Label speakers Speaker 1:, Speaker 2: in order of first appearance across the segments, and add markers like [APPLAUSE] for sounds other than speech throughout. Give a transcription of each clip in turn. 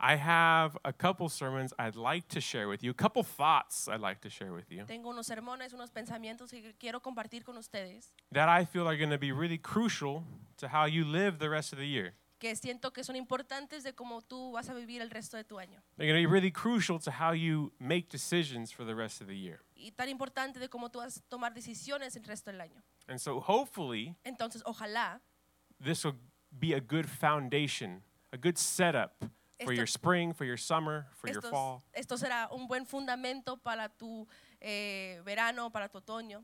Speaker 1: I have a couple sermons I'd like to share with you, a couple thoughts I'd like to share with you
Speaker 2: Tengo unos sermones, unos pensamientos que quiero compartir con ustedes
Speaker 1: that I feel are going to be really crucial to how you live the rest of the year.
Speaker 2: que siento que son importantes de cómo tú vas a vivir el resto de tu año
Speaker 1: They're going to be really crucial to how you make decisions for the rest of the year.
Speaker 2: y tan importante de cómo tú vas a tomar decisiones el resto del año.
Speaker 1: And so hopefully
Speaker 2: Entonces, ojalá
Speaker 1: this will be a good foundation, a good setup for
Speaker 2: Esto-
Speaker 1: your spring, for your summer, for your
Speaker 2: estos-
Speaker 1: fall.
Speaker 2: esto será un buen fundamento para tu eh, verano, para tu otoño.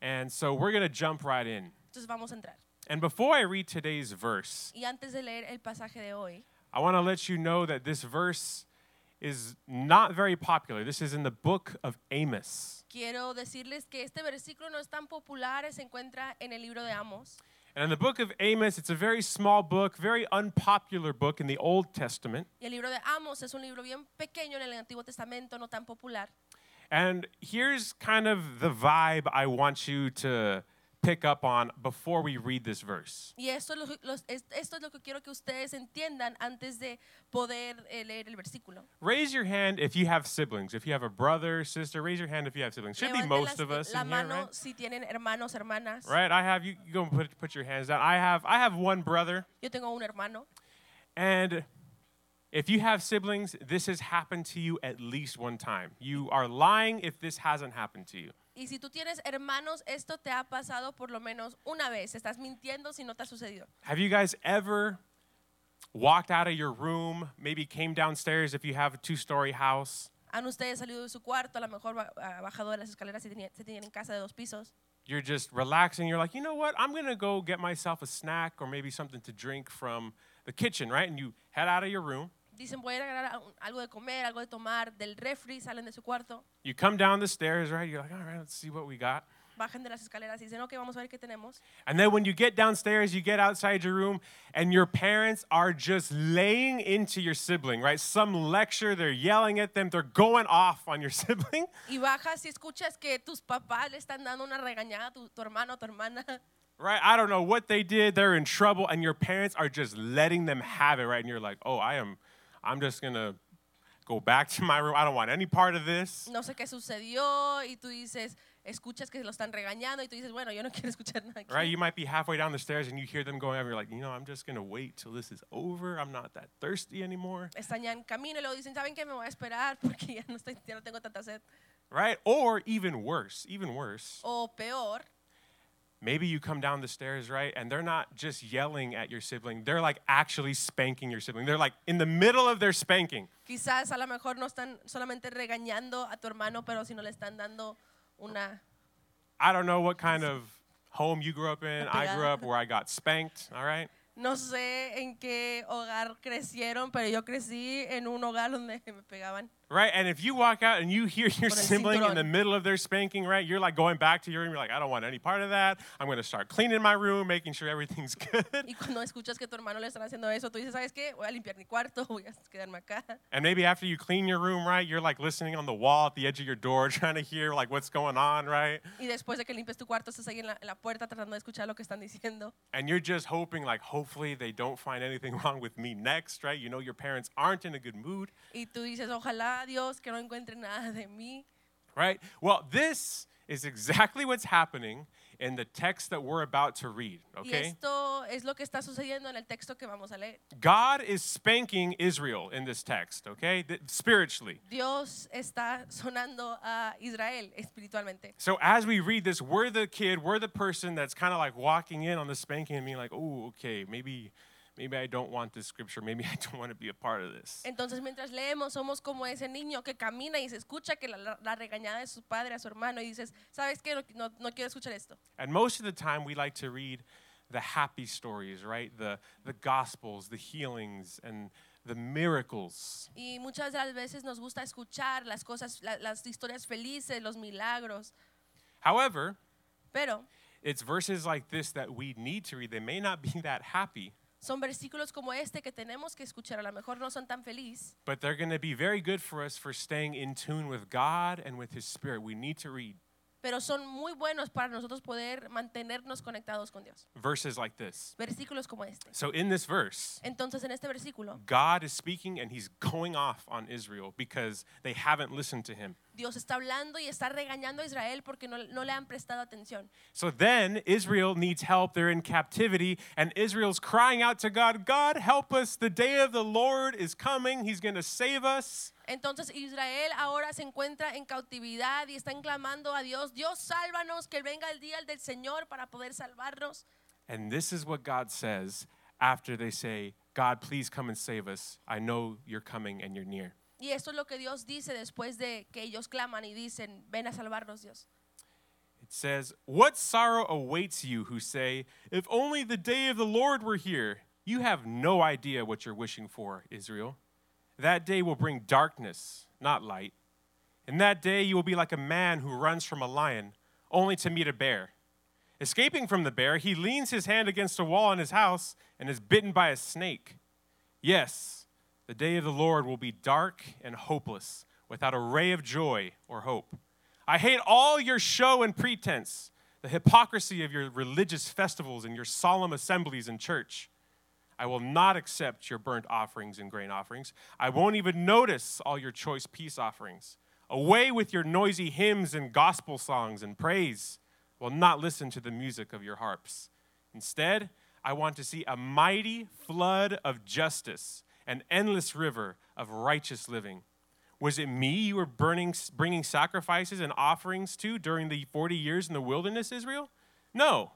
Speaker 1: And so we're going to jump right in.
Speaker 2: Entonces, vamos a entrar.
Speaker 1: And before I read today's verse,
Speaker 2: Y antes de leer el pasaje de hoy,
Speaker 1: I want to let you know that this verse is not very popular. This is in the book of Amos.
Speaker 2: quiero decirles que este versículo no es tan popular, se encuentra en el libro de Amos.
Speaker 1: And in the book of Amos, it's a very small book, very unpopular book in the Old Testament.
Speaker 2: Y el libro de Amos es un libro bien pequeño en el Antiguo Testamento, no tan popular.
Speaker 1: And here's kind of the vibe I want you to pick up on before we read this verse.
Speaker 2: Y esto es lo, los- es- esto es lo que quiero que ustedes entiendan antes de poder eh, leer el versículo.
Speaker 1: Raise your hand if you have siblings. If you have a brother, sister, raise your hand if you have siblings. Should be
Speaker 2: Levanten
Speaker 1: most
Speaker 2: las-
Speaker 1: of us
Speaker 2: la
Speaker 1: in here,
Speaker 2: mano
Speaker 1: right?
Speaker 2: si tienen hermanos, hermanas.
Speaker 1: Right? I have you, you go and put put your hands down. I have I have one brother.
Speaker 2: Yo tengo un hermano.
Speaker 1: And if you have siblings, this has happened to you at least one time. You are lying if this hasn't happened to you.
Speaker 2: Y si tú tienes hermanos, esto te ha pasado por lo menos una vez. Estás mintiendo si no te ha sucedido.
Speaker 1: Have you guys ever walked out of your room, maybe came downstairs if you have a two story house?
Speaker 2: Han ustedes salido de su cuarto, a lo mejor ba- ah, bajado de las escaleras si tenía- si tienen casa de dos pisos.
Speaker 1: You're just relaxing. You're like, you know what? I'm going to go get myself a snack or maybe something to drink from the kitchen, right? And you head out of your room.
Speaker 2: Dicen, voy a ir a agarrar a- algo de comer, algo de tomar del refri, salen de su cuarto,
Speaker 1: You come down the stairs, right? You're like, all right, let's see what we got.
Speaker 2: bajan de las escaleras y dicen, ok, vamos a ver qué tenemos.
Speaker 1: And then when you get downstairs, you get outside your room, and your parents are just laying into your sibling, right? Some lecture, they're yelling at them, they're going off on your [LAUGHS] sibling.
Speaker 2: Y bajas y escuchas que tus papás le están dando una regañada a tu, tu hermano, tu hermana. [LAUGHS]
Speaker 1: Right? I don't know what they did. They're in trouble, and your parents are just letting them have it, right? And you're like, oh, I am, I'm just gonna go back to my room. I don't want any part of this.
Speaker 2: No sé qué sucedió y tú dices, escuchas que lo están regañando y tú dices, bueno, yo no [LAUGHS] quiero escuchar nada. aquí".
Speaker 1: Right? You might be halfway down the stairs and you hear them going over. You're like, you know, I'm just gonna wait till this is over. I'm not that thirsty anymore.
Speaker 2: Están ya en camino y luego dicen, ¿saben qué? Me voy a esperar [LAUGHS] porque ya no, estoy, ya no tengo tanta sed.
Speaker 1: Right? Or even worse, even worse.
Speaker 2: O peor,
Speaker 1: Maybe you come down the stairs, right? And they're not just yelling at your sibling. They're like actually spanking your sibling. They're like in the middle of their spanking.
Speaker 2: quizás a lo mejor no están solamente regañando a tu hermano, pero si no le están dando una...
Speaker 1: I don't know what kind of home you grew up in. I grew up where I got spanked, all right?
Speaker 2: No sé en qué hogar crecieron, pero yo crecí en un hogar donde [LAUGHS] me pegaban.
Speaker 1: Right? And if you walk out and you hear your
Speaker 2: Con el
Speaker 1: sibling in
Speaker 2: cinturón.
Speaker 1: the middle of their spanking, right? You're like going back to your room. You're like, I don't want any part of that. I'm going to start cleaning my room, making sure everything's [LAUGHS] good.
Speaker 2: Y cuando escuchas que a tu hermano le están haciendo eso, tú dices, ¿sabes qué? Voy a limpiar mi cuarto, [LAUGHS] voy a quedarme acá.
Speaker 1: And maybe after you clean your room, right? You're like listening on the wall at the edge of your door, [LAUGHS] trying to hear like what's going on, right?
Speaker 2: Y después de que limpies tu cuarto, estás ahí en la, en la puerta tratando de escuchar lo que están diciendo.
Speaker 1: and you're just hoping like hopefully they don't find anything [LAUGHS] wrong with me next right you know your parents aren't in a good mood
Speaker 2: Y tú dices, ojalá Dios que no encuentre nada de mí.
Speaker 1: right well this is exactly what's happening in the text that we're about to read
Speaker 2: Y
Speaker 1: okay
Speaker 2: esto es lo que está sucediendo en el texto que vamos a leer.
Speaker 1: god is spanking israel in this text okay th- spiritually
Speaker 2: Dios está sonando a Israel espiritualmente.
Speaker 1: so as we read this we're the kid we're the person that's kind of like walking in on the spanking and being like oh okay maybe maybe i don't want this scripture maybe [LAUGHS] i don't want to be a part of this
Speaker 2: Entonces mientras leemos somos como ese niño que camina y se escucha que la- la, la regañada de su padre a su hermano y dices, ¿sabes qué? No, no- no quiero escuchar esto.
Speaker 1: And most of the time, we like to read the happy stories, right? The, the gospels, the healings, and the miracles.
Speaker 2: Y muchas de las veces nos gusta escuchar las cosas, la- las historias felices, los milagros,
Speaker 1: However,
Speaker 2: pero
Speaker 1: it's verses like this that we need to read. They may not be that happy,
Speaker 2: son versículos como este que tenemos que escuchar. A lo mejor no son tan feliz,
Speaker 1: but they're going to be very good for us for staying in tune with God and with His Spirit. We need to read.
Speaker 2: pero son muy buenos para nosotros poder mantenernos conectados con Dios.
Speaker 1: Verses like this.
Speaker 2: Versículos como este.
Speaker 1: So in this verse,
Speaker 2: Entonces en este versículo,
Speaker 1: God is speaking and he's going off on Israel because they haven't listened to him.
Speaker 2: Dios está hablando y está regañando a Israel porque no, no le han prestado atención.
Speaker 1: So then Israel needs help. They're in captivity, and Israel's crying out to God, God, help us. The day of the Lord is coming. He's going to save us.
Speaker 2: Entonces Israel ahora se encuentra en cautividad y están clamando a Dios, Dios sálvanos, que venga el día del Señor para poder salvarnos.
Speaker 1: And this is what God says after they say, God, please come and save us. I know you're coming and you're near.
Speaker 2: Y esto es lo que Dios dice después de que ellos claman y dicen, ven a salvarnos Dios.
Speaker 1: It says, What sorrow awaits you who say, If only the day of the Lord were here? You have no idea what you're wishing for, Israel. That day will bring darkness, not light. In that day you will be like a man who runs from a lion, only to meet a bear. Escaping from the bear, he leans his hand against a wall in his house and is bitten by a snake. Yes, the day of the Lord will be dark and hopeless, without a ray of joy or hope. I hate all your show and pretense, the hypocrisy of your religious festivals and your solemn assemblies in church. I will not accept your burnt offerings and grain offerings. I won't even notice all your choice peace offerings. Away with your noisy hymns and gospel songs and praise. I will not listen to the music of your harps. Instead, I want to see a mighty flood of justice, an endless river of righteous living. Was it me you were burning, bringing sacrifices and offerings to during the 40 years in the wilderness, Israel? No.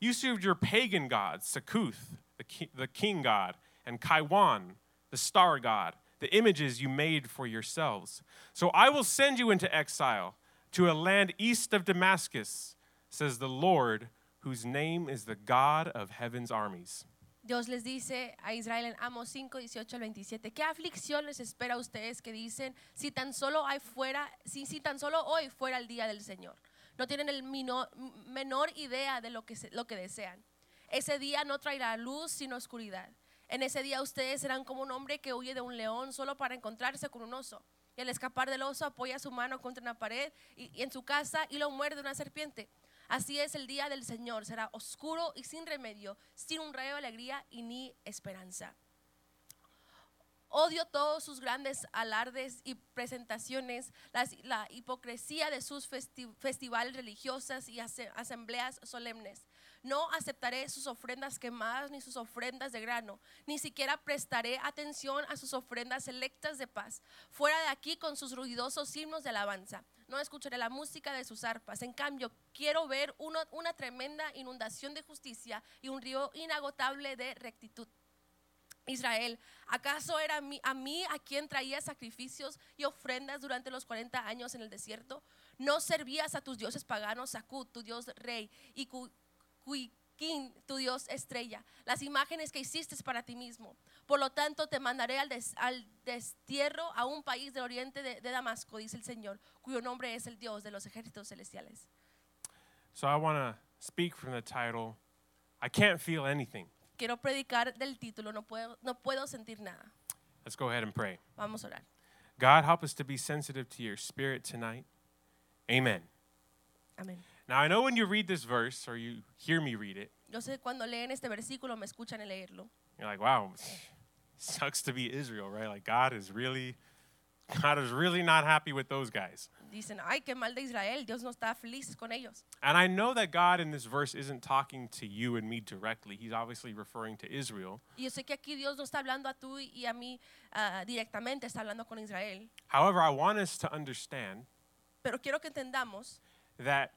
Speaker 1: You served your pagan gods, Sakuth, the, ki- the king god, and Kaiwan, the star god, the images you made for yourselves. So I will send you into exile to a land east of Damascus, says the Lord, whose name is the God of heaven's armies.
Speaker 2: Dios les dice a Israel en Amos 5, 18 al 27, ¿qué aflicción les espera a ustedes que dicen, si tan solo, hay fuera, si, si tan solo hoy fuera el día del Señor? No tienen el mino- m- menor idea de lo que, se- lo que desean. Ese día no traerá luz sino oscuridad. En ese día ustedes serán como un hombre que huye de un león solo para encontrarse con un oso. Y al escapar del oso apoya su mano contra una pared y, y en su casa y lo muerde una serpiente. Así es el día del Señor, será oscuro y sin remedio, sin un rayo de alegría y ni esperanza. Odio todos sus grandes alardes y presentaciones, las- la hipocresía de sus festi- festivales religiosas y ase- asambleas solemnes. No aceptaré sus ofrendas quemadas ni sus ofrendas de grano, ni siquiera prestaré atención a sus ofrendas selectas de paz. Fuera de aquí con sus ruidosos himnos de alabanza. No escucharé la música de sus arpas. En cambio, quiero ver uno- una tremenda inundación de justicia y un río inagotable de rectitud. Israel, ¿acaso era mi- a mí a quien traía sacrificios y ofrendas durante los 40 años en el desierto? ¿No servías a tus dioses paganos, Sakut, tu dios rey, y Cu- Cuiquín, tu dios estrella, las imágenes que hiciste para ti mismo? Por lo tanto, te mandaré al, des- al destierro a un país del oriente de, de Damasco, dice el Señor, cuyo nombre es el Dios de los ejércitos celestiales.
Speaker 1: So I want to speak from the title, I Can't Feel Anything.
Speaker 2: Quiero predicar del título, no puedo, no puedo sentir nada.
Speaker 1: Let's go ahead and pray.
Speaker 2: Vamos a orar.
Speaker 1: God, help us to be sensitive to your spirit tonight. Amen.
Speaker 2: Amén.
Speaker 1: Now, I know when you read this verse or you hear me read it,
Speaker 2: Yo sé cuando leen este versículo me escuchan el leerlo.
Speaker 1: you're like, wow, [LAUGHS] sucks to be Israel, right? Like, God is really, [LAUGHS] God is really not happy with those guys.
Speaker 2: Dicen, ay, qué mal de Israel, Dios no está feliz con ellos.
Speaker 1: And I know that God in this verse isn't talking to you and me directly. He's obviously referring to Israel.
Speaker 2: Y yo sé que aquí Dios no está hablando a tú y a mí ah, directamente, está hablando con Israel.
Speaker 1: However, I want us to understand
Speaker 2: Pero quiero que entendamos
Speaker 1: that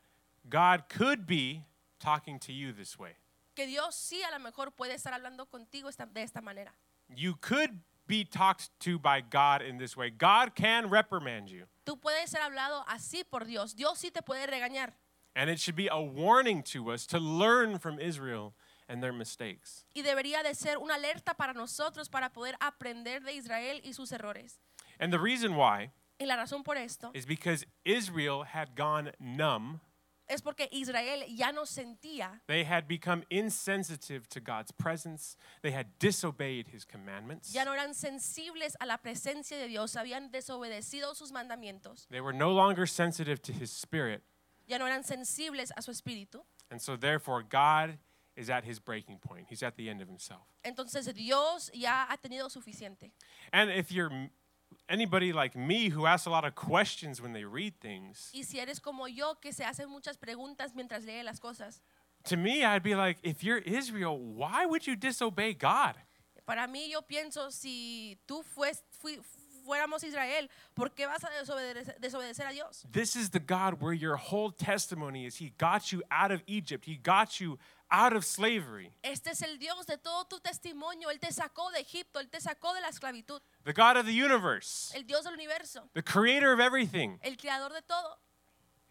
Speaker 1: God could be talking to you this way.
Speaker 2: que Dios sí a lo mejor puede estar hablando contigo esta- de esta manera.
Speaker 1: You could be talked to by God in this way. God can reprimand you.
Speaker 2: Tú puedes ser hablado así por Dios. Dios sí te puede regañar.
Speaker 1: And it should be a warning to us to learn from Israel and their mistakes.
Speaker 2: Y debería de ser una alerta para nosotros para poder aprender de Israel y sus errores.
Speaker 1: And the reason why
Speaker 2: Y la razón por esto
Speaker 1: is because Israel had gone numb.
Speaker 2: es porque Israel ya no sentía
Speaker 1: They had become insensitive to God's presence. They had disobeyed his commandments.
Speaker 2: ya no eran sensibles a la presencia de Dios, habían desobedecido sus mandamientos,
Speaker 1: They were no longer sensitive to his spirit.
Speaker 2: ya no eran sensibles a su espíritu.
Speaker 1: And so, therefore, God is at his breaking point. He's at the end of himself.
Speaker 2: Entonces Dios ya ha tenido suficiente.
Speaker 1: And if you're m- anybody like me who asks a lot of questions when they read things,
Speaker 2: Y si eres como yo, que se hacen muchas preguntas mientras lee las cosas,
Speaker 1: to me, I'd be like, if you're Israel, why would you disobey God?
Speaker 2: para mí yo pienso, si tú fues- fui- fuéramos Israel, ¿por qué vas a desobedece- desobedecer a Dios?
Speaker 1: This is the God where your whole testimony is He got you out of Egypt, He got you out of slavery.
Speaker 2: Este es el Dios de todo tu testimonio. Él te sacó de Egipto, Él te sacó de la esclavitud.
Speaker 1: The God of the universe,
Speaker 2: El Dios del universo,
Speaker 1: the creator of everything,
Speaker 2: el creador de todo.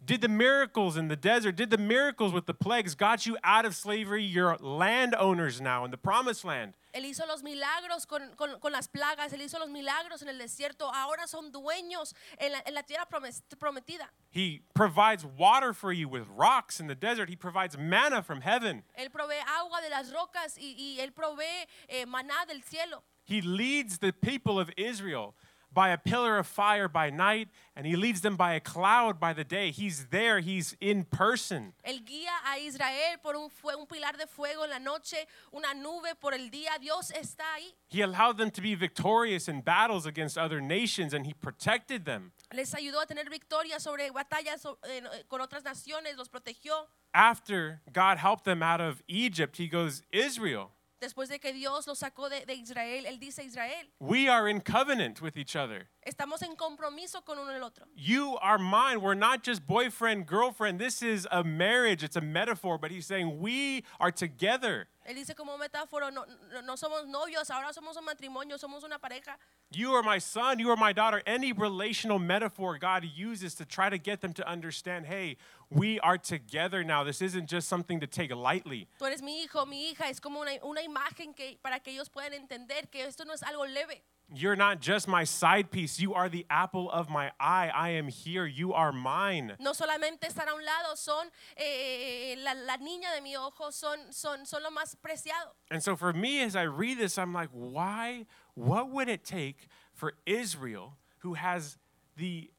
Speaker 1: did the miracles in the desert, did the miracles with the plagues, got you out of slavery. You're landowners now in the promised land.
Speaker 2: Él hizo los milagros con, con- con las plagas, Él hizo los milagros en el desierto. Ahora son dueños en la, en la tierra promes- prometida.
Speaker 1: He provides water for you with rocks in the desert. He provides manna from heaven.
Speaker 2: Él provee agua de las rocas y, y Él provee eh, maná del cielo.
Speaker 1: He leads the people of Israel by a pillar of fire by night, and he leads them by a cloud by the day. He's there, he's in person.
Speaker 2: Él guía a Israel por un, fue- un pilar de fuego en la noche, una nube por el día. Dios está ahí.
Speaker 1: He allowed them to be victorious in battles against other nations, and he protected them.
Speaker 2: Les ayudó a tener victoria sobre batallas so- en- eh, con otras naciones, los protegió.
Speaker 1: After God helped them out of Egypt, he goes, Israel,
Speaker 2: Después de que Dios los sacó de, de Israel, Él dice a Israel,
Speaker 1: we are in covenant with each other.
Speaker 2: estamos en compromiso con uno el otro.
Speaker 1: You are mine. We're not just boyfriend, girlfriend. This is a marriage. It's a metaphor, but he's saying we are together.
Speaker 2: Él dice como metáfora, no, no- no somos novios, ahora somos un matrimonio, somos una pareja.
Speaker 1: You are my son, you are my daughter. Any relational metaphor God uses to try to get them to understand hey, we are together now. This isn't just something to take lightly.
Speaker 2: Tú eres mi hijo, mi hija, es como una, una imagen que, para que ellos puedan entender que esto no es algo leve.
Speaker 1: You're not just my side piece. You are the apple of my eye. I am here. You are mine.
Speaker 2: No solamente estar a un lado, son eh, eh, la, la niña de mi ojo, son, son, son lo más preciado.
Speaker 1: And so for me, as I read this, I'm like, why? What would it take for Israel, who has the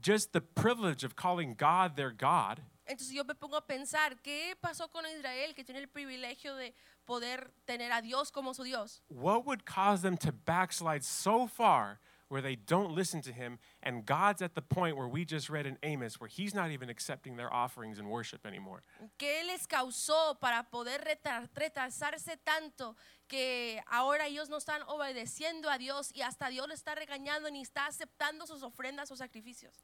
Speaker 1: just the privilege of calling God their God,
Speaker 2: Entonces yo me pongo a pensar, ¿qué pasó con Israel que tiene el privilegio de poder tener a Dios como su Dios?
Speaker 1: what would cause them to backslide so far where they don't listen to him and God's at the point where we just read in Amos where he's not even accepting their offerings and worship anymore.
Speaker 2: ¿Qué les causó para poder retar- retrasarse tanto que ahora ellos no están obedeciendo a Dios y hasta Dios le está regañando ni está aceptando sus ofrendas o sacrificios?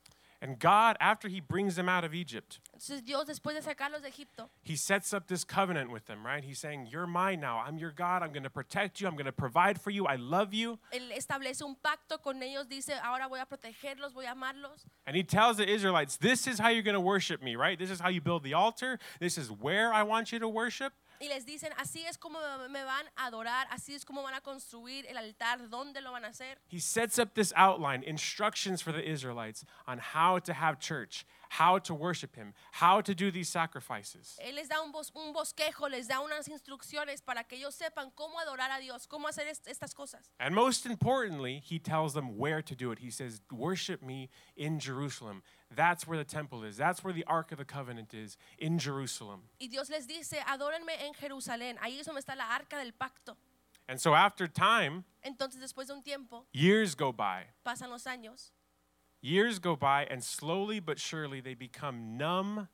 Speaker 1: And God after he brings them out of Egypt,
Speaker 2: Entonces Dios después de sacarlos de Egipto,
Speaker 1: he sets up this covenant with them, right? He's saying, "You're mine now. I'm your God. I'm going to protect you. I'm going to provide for you. I love you."
Speaker 2: Él establece un pacto con ellos, dice, ahora voy a protegerlos, voy a amarlos.
Speaker 1: And he tells the Israelites, This is how you're going to worship me, right? This is how you build the altar. This is where I want you to worship.
Speaker 2: Y les dicen, así es como me van a adorar, así es como van a construir el altar, dónde lo van a hacer.
Speaker 1: He sets up this outline, instructions for the Israelites on how to have church, how to worship him, how to do these sacrifices.
Speaker 2: Él les da un, bos- un bosquejo, les da unas instrucciones para que ellos sepan cómo adorar a Dios, cómo hacer est- estas cosas.
Speaker 1: And most importantly, he tells them where to do it. He says, Worship me in Jerusalem. That's where the temple is. That's where the Ark of the Covenant is, in Jerusalem.
Speaker 2: Y Dios les dice, adórenme en Jerusalén, ahí es donde está la arca del pacto.
Speaker 1: And so, after time,
Speaker 2: Entonces después de un tiempo,
Speaker 1: years go by.
Speaker 2: pasan los años
Speaker 1: Years go by, and slowly but surely they become numb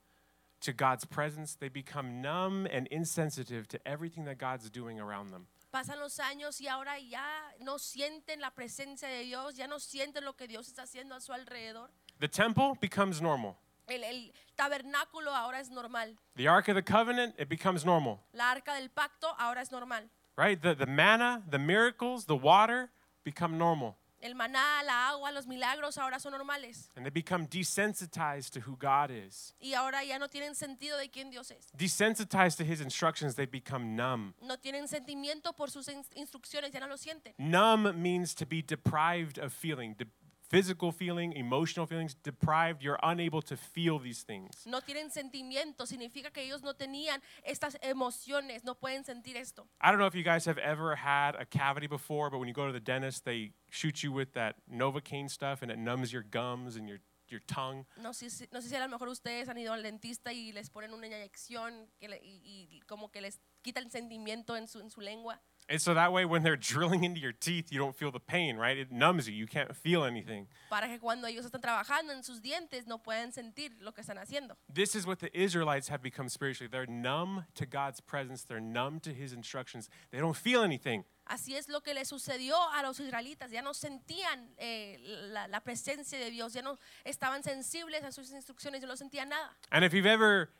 Speaker 1: to God's presence. They become numb and insensitive to everything that God's doing around them.
Speaker 2: Pasan los años y ahora ya no sienten la presencia de Dios, ya no sienten lo que Dios está haciendo a su alrededor.
Speaker 1: The temple becomes normal.
Speaker 2: El, el tabernáculo ahora es normal,
Speaker 1: The Ark of the Covenant, it becomes normal,
Speaker 2: la arca del pacto ahora es normal,
Speaker 1: right? The, the manna, the miracles, the water become normal.
Speaker 2: el maná, la agua, los milagros ahora son normales
Speaker 1: And they become desensitized to who God is,
Speaker 2: y ahora ya no tienen sentido de quién Dios es.
Speaker 1: desensitized to his instructions. They become numb.
Speaker 2: No tienen sentimiento por sus ins- instrucciones, ya no lo sienten.
Speaker 1: Numb means to be deprived of feeling, de- physical feeling, emotional feelings, deprived. You're unable to feel these things.
Speaker 2: No tienen sentimiento, significa que ellos no tenían estas emociones, no pueden sentir esto.
Speaker 1: I don't know if you guys have ever had a cavity before, but when you go to the dentist, they shoot you with that Novocaine stuff and it numbs your gums and your your tongue.
Speaker 2: No sé, si, no sé si a lo mejor ustedes han ido al dentista y les ponen una inyección que le- y, y como que les quita el sentimiento en su, en su lengua.
Speaker 1: And so that way, when they're [LAUGHS] drilling into your teeth, you don't feel the pain, right? It numbs you. You can't feel anything.
Speaker 2: Para que cuando ellos están trabajando en sus dientes no puedan sentir lo que están haciendo.
Speaker 1: This is what the Israelites have become spiritually. They're numb to God's presence, they're numb to His instructions. They don't feel anything.
Speaker 2: Así es lo que le sucedió a los israelitas. Ya no sentían eh, la, la presencia de Dios, ya no estaban sensibles a sus instrucciones, ya no sentían nada.
Speaker 1: And if you've ever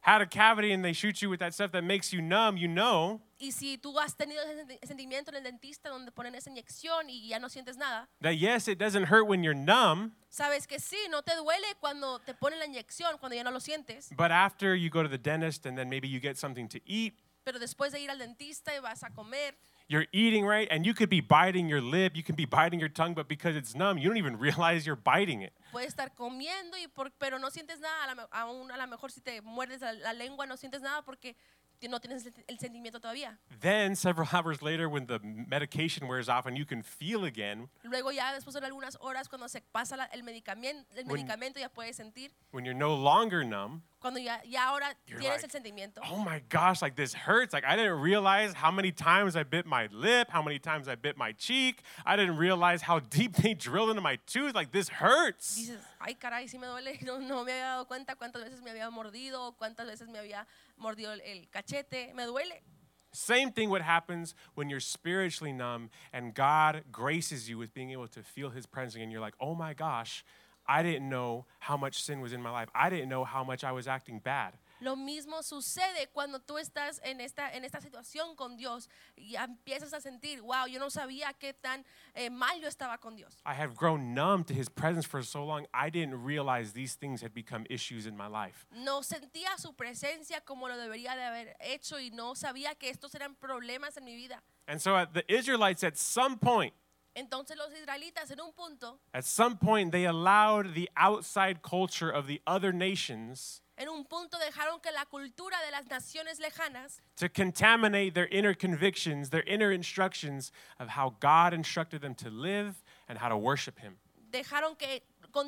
Speaker 1: had a cavity and they shoot you with that stuff that makes you numb, you know
Speaker 2: Y si tú has tenido ese senti- sentimiento en el dentista donde ponen esa inyección y ya no sientes nada,
Speaker 1: that yes, it doesn't hurt when you're numb,
Speaker 2: sabes que sí, no te duele cuando te ponen la inyección, cuando ya no lo sientes,
Speaker 1: but after you go to the dentist and then maybe you get something to eat,
Speaker 2: pero después de ir al dentista y vas a comer,
Speaker 1: you're eating right and you could be biting your lip, you can be biting your tongue, but because it's numb, you don't even [LAUGHS] realize you're biting it.
Speaker 2: puedes estar comiendo, y por- pero no sientes nada. A la me- aún a lo mejor si te muerdes la, la lengua no sientes nada porque ti- no tienes el, el sentimiento todavía.
Speaker 1: Then, several [LAUGHS] hours later, when the medication wears off and you can feel again,
Speaker 2: Luego ya después de algunas horas cuando se pasa la- el, medicamento, el
Speaker 1: When-
Speaker 2: medicamento ya puedes sentir.
Speaker 1: when you're no longer numb,
Speaker 2: Cuando ya, ya ahora
Speaker 1: You're
Speaker 2: tienes
Speaker 1: like,
Speaker 2: el sentimiento.
Speaker 1: oh my gosh, like this hurts. Like I didn't realize how many times I bit my lip, how many times I bit my cheek. I didn't realize how [LAUGHS] deep they drilled into my tooth. Like this hurts.
Speaker 2: dices, ay caray, sí me duele, [LAUGHS] no, no me había dado cuenta cuántas veces me había mordido, o cuántas veces me había mordido el, el cachete, me duele.
Speaker 1: Same thing what happens when you're spiritually numb and God graces you with being able to feel his presence and you're like, "Oh my gosh, I didn't know how much sin was in my life. I didn't know how much I was acting bad."
Speaker 2: Lo mismo sucede cuando tú estás en esta, en esta situación con Dios y ya empiezas a sentir, wow, yo no sabía qué tan eh, mal yo estaba con Dios.
Speaker 1: I had grown numb to his presence for so long, I didn't realize these things had become issues in my life.
Speaker 2: No sentía su presencia como lo debería de haber hecho y no sabía que estos eran problemas en mi vida.
Speaker 1: And so at the Israelites at some point
Speaker 2: Entonces los israelitas en un punto,
Speaker 1: At some point, they allowed the outside culture of the other nations
Speaker 2: en un punto dejaron que la cultura de las naciones lejanas
Speaker 1: to contaminate their inner convictions, their inner instructions of how God instructed them to live and how to worship Him.
Speaker 2: dejaron que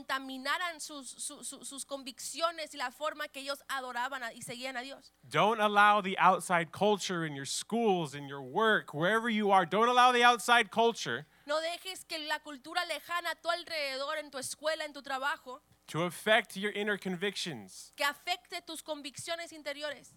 Speaker 2: contaminaran sus, su- su- sus convicciones y la forma que ellos adoraban a- y seguían a Dios.
Speaker 1: Don't allow the outside culture in your schools, in your work, wherever you are, don't allow the outside culture
Speaker 2: No dejes que la cultura lejana a tu alrededor, en tu escuela, en tu trabajo,
Speaker 1: to affect your inner convictions.
Speaker 2: que afecte tus convicciones interiores.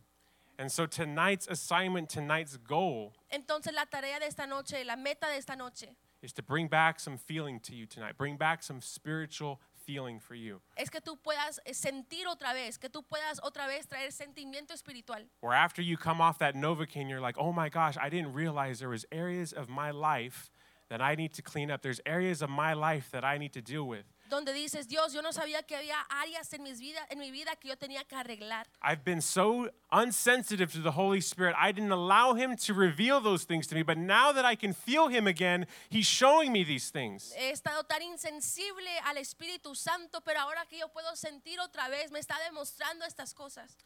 Speaker 1: And so, tonight's assignment, tonight's goal
Speaker 2: Entonces la tarea de esta noche, la meta de esta noche,
Speaker 1: is to bring back some feeling to you tonight, bring back some spiritual feeling for you.
Speaker 2: es que tú puedas eh, sentir otra vez, que tú puedas otra vez traer sentimiento espiritual.
Speaker 1: Or after you come off that Novocaine, you're like, oh my gosh, I didn't realize there was areas of my life that I need to clean up. There's areas of my life that I need to deal with.
Speaker 2: Donde dices, Dios, yo no sabía que había áreas en, mis vida, en mi vida que yo tenía que arreglar.
Speaker 1: I've been so unsensitive to the Holy Spirit. I didn't allow Him to reveal those things to me. But now that I can feel Him again, He's showing me these things.
Speaker 2: He estado tan insensible al Espíritu Santo, pero ahora que yo puedo sentir otra vez, me está demostrando estas cosas.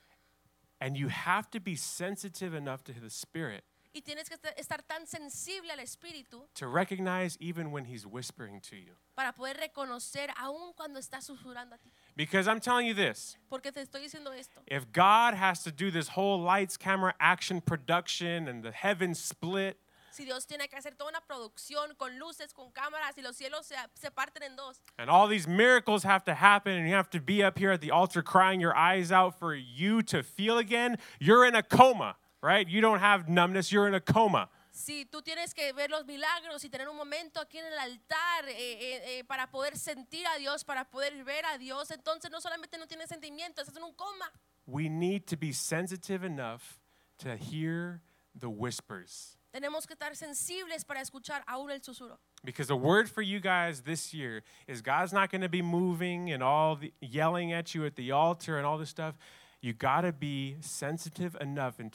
Speaker 1: And you have to be sensitive enough to the Spirit
Speaker 2: Y tienes que est- estar tan sensible al Espíritu
Speaker 1: to recognize even when He's whispering to you.
Speaker 2: para poder reconocer aún cuando está susurrando a ti.
Speaker 1: Because I'm telling you this
Speaker 2: Porque te estoy diciendo esto.
Speaker 1: If God has to do this whole lights, camera, action, production, and the heavens split,
Speaker 2: Si Dios tiene que hacer toda una producción con luces, con cámaras y los cielos se, se parten en dos
Speaker 1: and all these miracles have to happen, and you have to be up here at the altar crying your eyes out for you to feel again, you're in a coma, right? You don't have numbness, you're in a coma.
Speaker 2: Si tú tienes que ver los milagros y tener un momento aquí en el altar eh, eh, eh, para poder sentir a Dios, para poder ver a Dios, entonces no solamente no tienes sentimientos, estás en un coma.
Speaker 1: We need to be sensitive enough to hear the whispers.
Speaker 2: Tenemos que estar sensibles para escuchar aún el susurro.
Speaker 1: Because the word for you guys this year is God's not going to be moving and all the yelling at you at the altar and all this stuff. You got to be sensitive enough in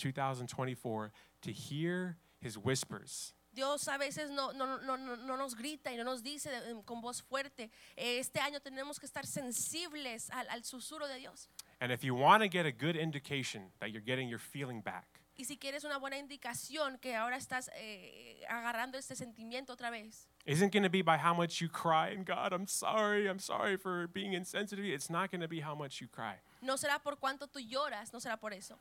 Speaker 1: 2024 to hear his whispers.
Speaker 2: Dios a veces no, no, no, no, no nos grita y no nos dice eh, con voz fuerte. Eh, Este año tenemos que estar sensibles al, al susurro de Dios.
Speaker 1: And if you want to get a good indication that you're getting your feeling back,
Speaker 2: Y si quieres una buena indicación que ahora estás eh, agarrando este sentimiento otra vez,
Speaker 1: isn't going to be by how much you cry and God, I'm sorry, I'm sorry for being insensitive. It's not going to be how much you cry.
Speaker 2: No será por cuánto tú lloras, no será por eso.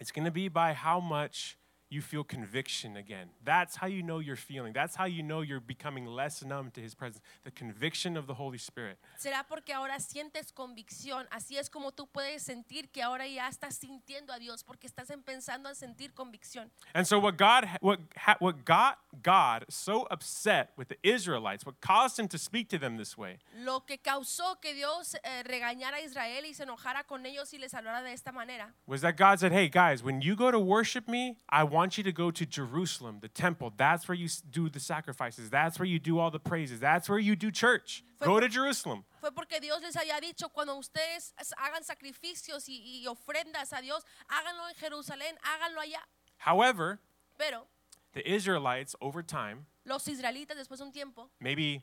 Speaker 1: It's going to be by how much you feel conviction again. That's how you know you're feeling. That's how you know you're becoming less numb to his presence. The conviction of the Holy Spirit.
Speaker 2: Será porque ahora sientes convicción. Así es como tú puedes sentir que ahora ya estás sintiendo a Dios porque estás empezando a sentir convicción.
Speaker 1: And so what God what ha- what got God so upset with the Israelites, what caused him to speak to them this way
Speaker 2: Lo que causó que Dios eh, regañara a Israel y se enojara con ellos y les hablara de esta manera
Speaker 1: was that God said, "Hey guys, when you go to worship me, I want you to go to Jerusalem, the temple. That's where you s- do the sacrifices. That's where you do all the praises. That's where you do church.
Speaker 2: Fue
Speaker 1: Go
Speaker 2: por-
Speaker 1: to Jerusalem."
Speaker 2: fue porque Dios les había dicho, cuando ustedes as- hagan sacrificios y, y ofrendas a Dios, háganlo en Jerusalén, háganlo allá.
Speaker 1: However,
Speaker 2: Pero
Speaker 1: the Israelites over time,
Speaker 2: los israelitas después de un tiempo,
Speaker 1: maybe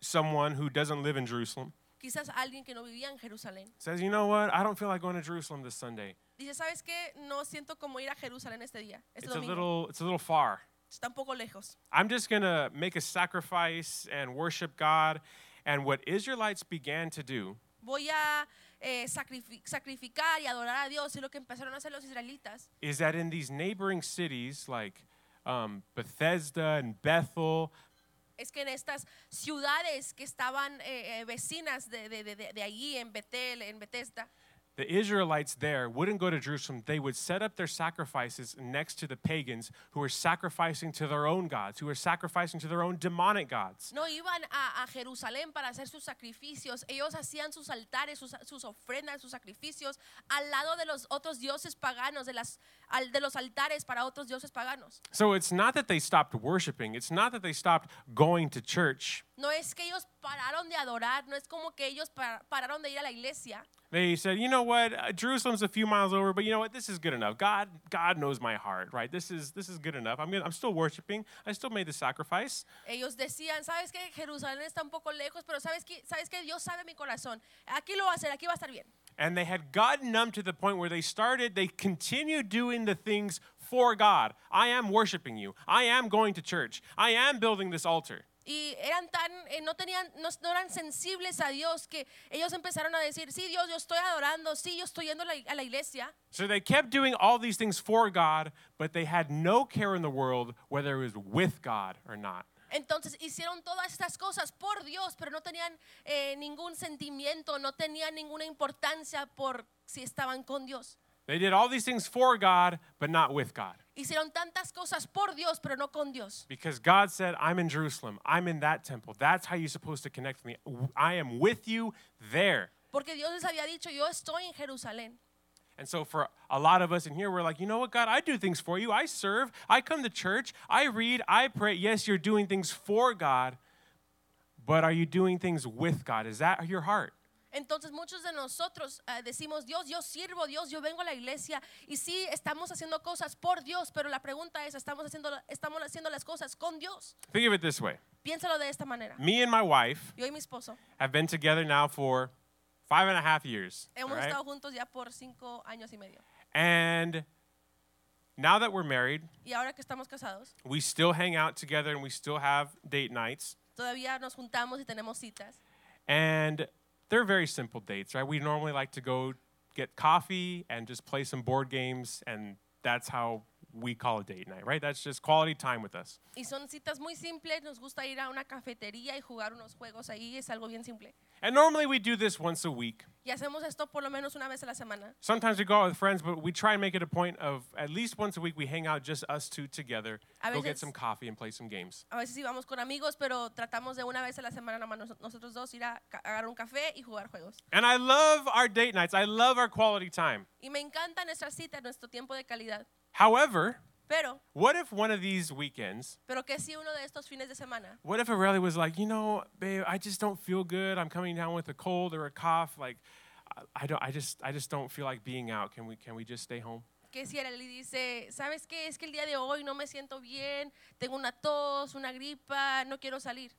Speaker 1: someone who doesn't live in Jerusalem
Speaker 2: quizás alguien que no vivía en Jerusalén,
Speaker 1: says, "You know what? I don't feel like going to Jerusalem this Sunday.
Speaker 2: dice, ¿sabes qué? No siento como ir a Jerusalén este día,
Speaker 1: It's
Speaker 2: este
Speaker 1: a
Speaker 2: domingo.
Speaker 1: little it's a little far.
Speaker 2: Está un poco lejos.
Speaker 1: I'm just going to make a sacrifice and worship God." And what Israelites began to do
Speaker 2: Voy a eh, sacrifi- sacrificar y adorar a Dios. Y lo que empezaron a hacer los israelitas
Speaker 1: is that in these neighboring cities like um, Bethesda and Bethel,
Speaker 2: es que en estas ciudades que estaban eh, eh, vecinas de, de- de- de- de allí, en Betel, en Bethesda,
Speaker 1: the Israelites there wouldn't go to Jerusalem. They would set up their sacrifices next to the pagans who were sacrificing to their own gods, who were sacrificing to their own demonic gods.
Speaker 2: no iban a, a Jerusalén para hacer sus sacrificios. Ellos hacían sus altares, sus, sus ofrendas, sus sacrificios al lado de los otros dioses paganos, de, las, al- de los altares para otros dioses paganos.
Speaker 1: So it's not that they stopped worshiping, it's not that they stopped going to church.
Speaker 2: No es que ellos pararon de adorar, no es como que ellos pa- pararon de ir a la iglesia.
Speaker 1: They said, you know what, uh, Jerusalem's a few miles over, but you know what, this is good enough. God, God knows my heart, right? This is this is good enough. I'm gonna, I'm still worshiping. I still made the sacrifice.
Speaker 2: Ellos decían, sabes que Jerusalén está un poco lejos, pero sabes que sabes que Dios sabe mi corazón. Aquí lo va a hacer, aquí va a estar bien.
Speaker 1: And they had gotten numb to the point where they started, they continued doing the things for God. I am worshiping you. I am going to church. I am building this altar.
Speaker 2: Y eran tan, eh, no tenían, no, no eran sensibles a Dios que ellos empezaron a decir, sí Dios, yo estoy adorando, sí yo estoy yendo a la, a la iglesia.
Speaker 1: So they kept doing all these things for God, but they had no care in the world whether it was with God or not.
Speaker 2: Entonces hicieron todas estas cosas por Dios, pero no tenían eh, ningún sentimiento, no tenían ninguna importancia por si estaban con Dios.
Speaker 1: They did all these things for God, but not with God.
Speaker 2: Hicieron tantas cosas por Dios, pero no con Dios.
Speaker 1: Because God said, I'm in Jerusalem. I'm in that temple. That's how you're supposed to connect with me. I am with you there.
Speaker 2: Porque Dios les había dicho, yo estoy en Jerusalén.
Speaker 1: And so for a lot of us in here, we're like, you know what, God, I do things for you. I serve. I come to church. I read. I pray. Yes, you're doing things for God, but are you doing things with God? Is that your heart?
Speaker 2: Entonces muchos de nosotros eh, decimos, Dios, yo sirvo, a Dios, yo vengo a la iglesia y sí, estamos haciendo cosas por Dios, pero la pregunta es, ¿estamos haciendo, estamos haciendo las cosas con Dios?
Speaker 1: Think of it this way
Speaker 2: Piénsalo de esta manera.
Speaker 1: Me and my wife
Speaker 2: Yo y mi esposo
Speaker 1: have been together now for five and a half years.
Speaker 2: hemos
Speaker 1: alright?
Speaker 2: estado juntos ya por cinco años y medio.
Speaker 1: And now that we're married,
Speaker 2: Y ahora que estamos casados,
Speaker 1: we still hang out together and we still have date nights.
Speaker 2: todavía nos juntamos y tenemos citas.
Speaker 1: And they're very simple dates, right? We normally like to go get coffee and just play some board games, and that's how we call a date night, right? That's just quality time with us.
Speaker 2: Y son citas muy simples, nos gusta ir a una cafetería y jugar unos juegos ahí, es algo bien simple.
Speaker 1: And normally we do this once a week.
Speaker 2: Y hacemos esto por lo menos una vez a la semana.
Speaker 1: Sometimes we go out with friends, but we try and make it a point of at least once a week we hang out just us two together,
Speaker 2: A
Speaker 1: go get
Speaker 2: veces-
Speaker 1: some coffee and play some games.
Speaker 2: A veces íbamos con amigos, pero tratamos de una vez a la semana nomás nos- nosotros dos ir a ca- agarrar un café y jugar juegos.
Speaker 1: And I love our date nights. I love our quality time.
Speaker 2: Y me encanta nuestra cita, nuestro tiempo de calidad.
Speaker 1: However,
Speaker 2: Pero,
Speaker 1: what if one of these weekends
Speaker 2: pero que si uno de estos fines de semana,
Speaker 1: What if Aurelia was like, you know, babe, I just don't feel good. I'm coming down with a cold or a cough. Like, I, I don't. I just. I just don't feel like being out. Can we? Can we just stay home?
Speaker 2: que si Arely dice, ¿sabes qué? Es que el día de hoy no me siento bien, tengo una tos, una gripa, no quiero salir.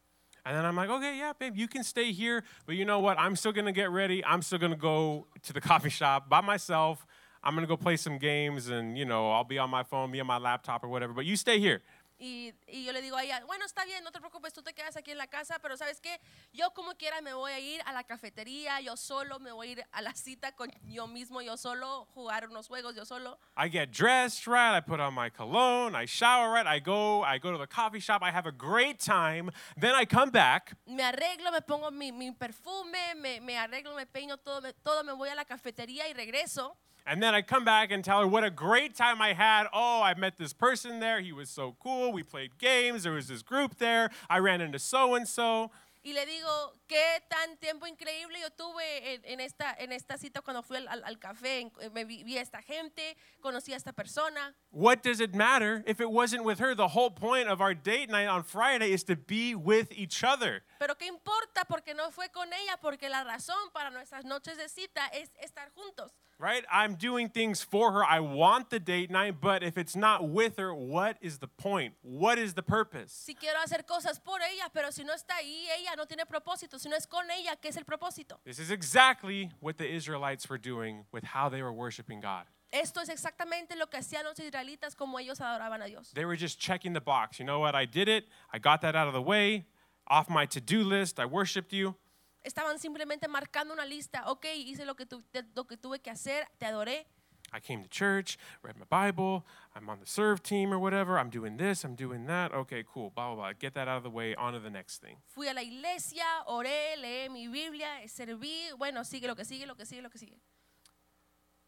Speaker 1: And then I'm like, okay, yeah, babe, you can stay here. But you know what? I'm still gonna get ready. I'm still gonna go to the [LAUGHS] coffee shop by myself. I'm gonna go play some games, and you know, I'll be on my phone, be on my laptop or whatever. But you stay here.
Speaker 2: Y, y yo le digo a ella, bueno, está bien, no te preocupes, tú te quedas aquí en la casa, pero sabes qué, yo como quiera me voy a ir a la cafetería, yo solo, me voy a ir a la cita con yo mismo, yo solo, jugar unos juegos, yo solo.
Speaker 1: I get dressed right, I put on my cologne, I shower right, I go, I go to the coffee shop, I have a great time. Then I come back
Speaker 2: me arreglo, me pongo mi, mi perfume, me, me arreglo, me peino todo, me, todo, me voy a la cafetería y regreso.
Speaker 1: And then I come back and tell her what a great time I had. Oh, I met this person there. He was so cool. We played games. There was this group there. I ran into so and so.
Speaker 2: Y le digo, qué tan tiempo increíble yo tuve en, en esta, en esta cita cuando fui al, al- al café, en- eh, me vi, vi a esta gente, conocí a esta persona.
Speaker 1: What does it matter if it wasn't with her? The whole point of our date night on Friday is to be with each other.
Speaker 2: Pero qué importa porque no fue con ella, porque la razón para nuestras noches de cita es estar juntos.
Speaker 1: Right? I'm doing things for her. I want the date night, but if it's not with her, what is the point? What is the purpose?
Speaker 2: Si quiero hacer cosas por ella, pero si no está ahí, ella no tiene propósito. Si no es con ella, ¿qué es el propósito?
Speaker 1: This is exactly what the Israelites were doing with how they were worshiping God.
Speaker 2: Esto es exactamente lo que hacían los israelitas como ellos adoraban a Dios.
Speaker 1: They were just checking the box. You know what? I did it. I got that out of the way. Off my to do list. I worshiped you.
Speaker 2: Estaban simplemente marcando una lista. Ok, hice lo que, tu- te- lo que tuve que hacer, te adoré.
Speaker 1: I came to church, read my Bible. I'm on the serve team or whatever. I'm doing this. I'm doing that. Okay, cool. Blah, blah, blah. Get that out of the way. On to the next thing.
Speaker 2: Fui a la iglesia, oré, leí mi Biblia, serví. Bueno, sigue lo que sigue, lo que sigue, lo que sigue.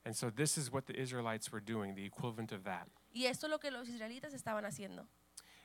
Speaker 1: And so this is what the Israelites were doing, the equivalent of that.
Speaker 2: Y esto es lo que los israelitas estaban haciendo.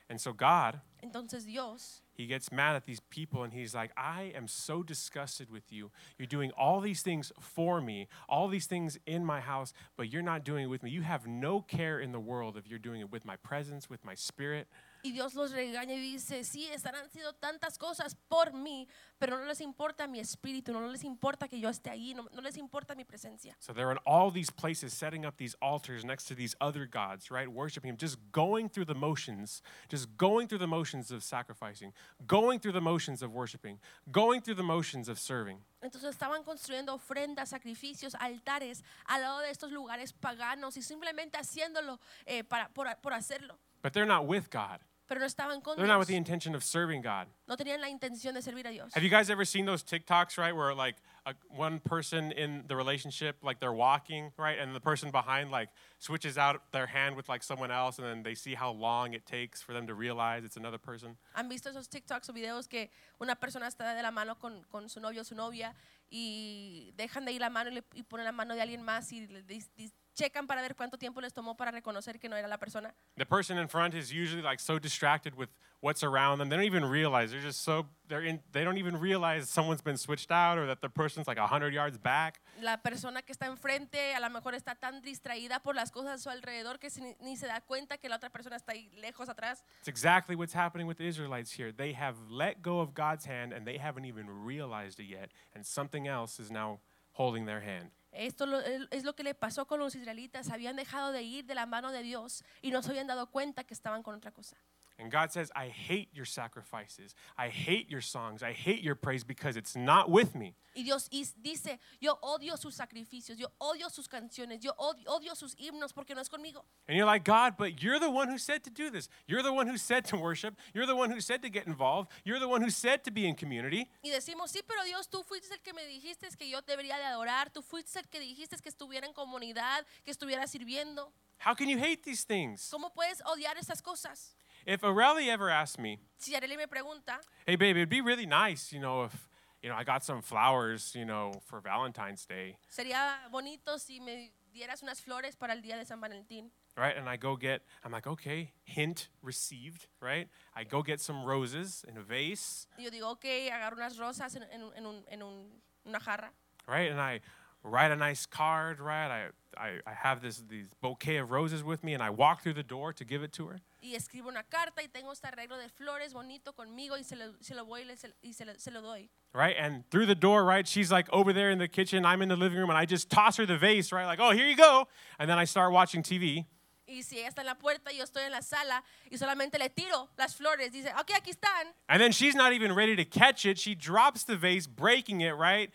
Speaker 1: And so God,
Speaker 2: Entonces Dios
Speaker 1: he gets mad at these people and he's like, I am so disgusted with you. You're doing all these things for me, all these things in my house, but you're not doing it with me. You have no care in the world if you're doing it with my presence, with my spirit.
Speaker 2: y Dios los regaña y dice, sí, están haciendo tantas cosas por mí, pero no les importa mi espíritu, no les importa que yo esté ahí, no- no les importa mi presencia.
Speaker 1: So they're in all these places setting up these altars next to these other gods, right? Worshiping him, just going through the motions, just going through the motions of sacrificing, going through the motions of worshiping, going through the motions of serving.
Speaker 2: Entonces estaban construyendo ofrendas, sacrificios, altares al lado de estos lugares paganos y simplemente haciéndolo eh, para, por, por hacerlo.
Speaker 1: But they're not with God.
Speaker 2: Pero no estaban con
Speaker 1: They're not with the
Speaker 2: Dios.
Speaker 1: intention of serving God.
Speaker 2: No tenían la intención de servir a Dios.
Speaker 1: Have you guys ever seen those TikToks, right, where like a, one person in the relationship, like they're walking, right, and the person behind like switches out their hand with like someone else, and then they see how long it takes for them to realize it's another person.
Speaker 2: ¿Han visto esos TikToks o videos que una persona está de la mano con, con su novio o su novia y dejan de ir la mano y, le- y ponen la mano de alguien más y le dis- dis- checan para ver cuánto tiempo les tomó para reconocer que no era la persona?
Speaker 1: The person in front is usually like so distracted with what's around them, they don't even realize they're just so they're in. They don't even realize someone's been switched out or that the person's like hundred yards back.
Speaker 2: la persona que está enfrente a lo mejor está tan distraída por las cosas a su alrededor que si ni, ni se da cuenta que la otra persona está ahí lejos atrás.
Speaker 1: It's exactly what's happening with the Israelites here. They have let go of God's hand and they haven't even realized it yet, and something else is now holding their hand.
Speaker 2: Esto lo- es es lo que le pasó con los israelitas. Habían dejado de ir de la mano de Dios y no se habían dado cuenta que estaban con otra cosa.
Speaker 1: And God says, I hate your sacrifices. I hate your songs. I hate your praise because it's not with me.
Speaker 2: Y Dios is- dice, yo odio sus sacrificios, yo odio sus canciones, yo od- odio, sus himnos porque no es conmigo.
Speaker 1: And you're like, God, but you're the one who said to do this. You're the one who said to worship. You're the one who said to get involved. You're the one who said to be in community.
Speaker 2: Y decimos, sí, pero Dios, tú fuiste el que me dijiste que yo debería de adorar, tú fuiste el que dijiste que estuviera en comunidad, que estuviera sirviendo.
Speaker 1: How can you hate these things?
Speaker 2: ¿Cómo puedes odiar esas cosas?
Speaker 1: If Areli ever asked me,
Speaker 2: si Arely me pregunta,
Speaker 1: hey, babe, it'd be really nice, you know, if, you know, I got some flowers, you know, for Valentine's Day,
Speaker 2: sería bonito si me dieras unas flores para el día de San Valentín.
Speaker 1: right? And I go get, I'm like, okay, hint received, right? I go get some roses in a vase.
Speaker 2: Y yo digo, ok, agarro unas rosas en, en un- en un- en un- una jarra.
Speaker 1: right? And I write a nice card, right? I, I, I have this these bouquet of roses with me, and I walk through the door to give it to her.
Speaker 2: Y escribo una carta y tengo este arreglo de flores bonito conmigo y se lo, se lo voy y, le- se- y se, lo, se lo doy.
Speaker 1: Right? And through the door, right? She's like over there in the kitchen. I'm in the living room, and I just toss her the vase, right? Like, oh, here you go. And then I start watching TV.
Speaker 2: Y si ella está en la puerta y yo estoy en la sala y solamente le tiro las flores, dice, ok, aquí están.
Speaker 1: And then she's not even ready to catch it. She drops the vase, breaking it, right?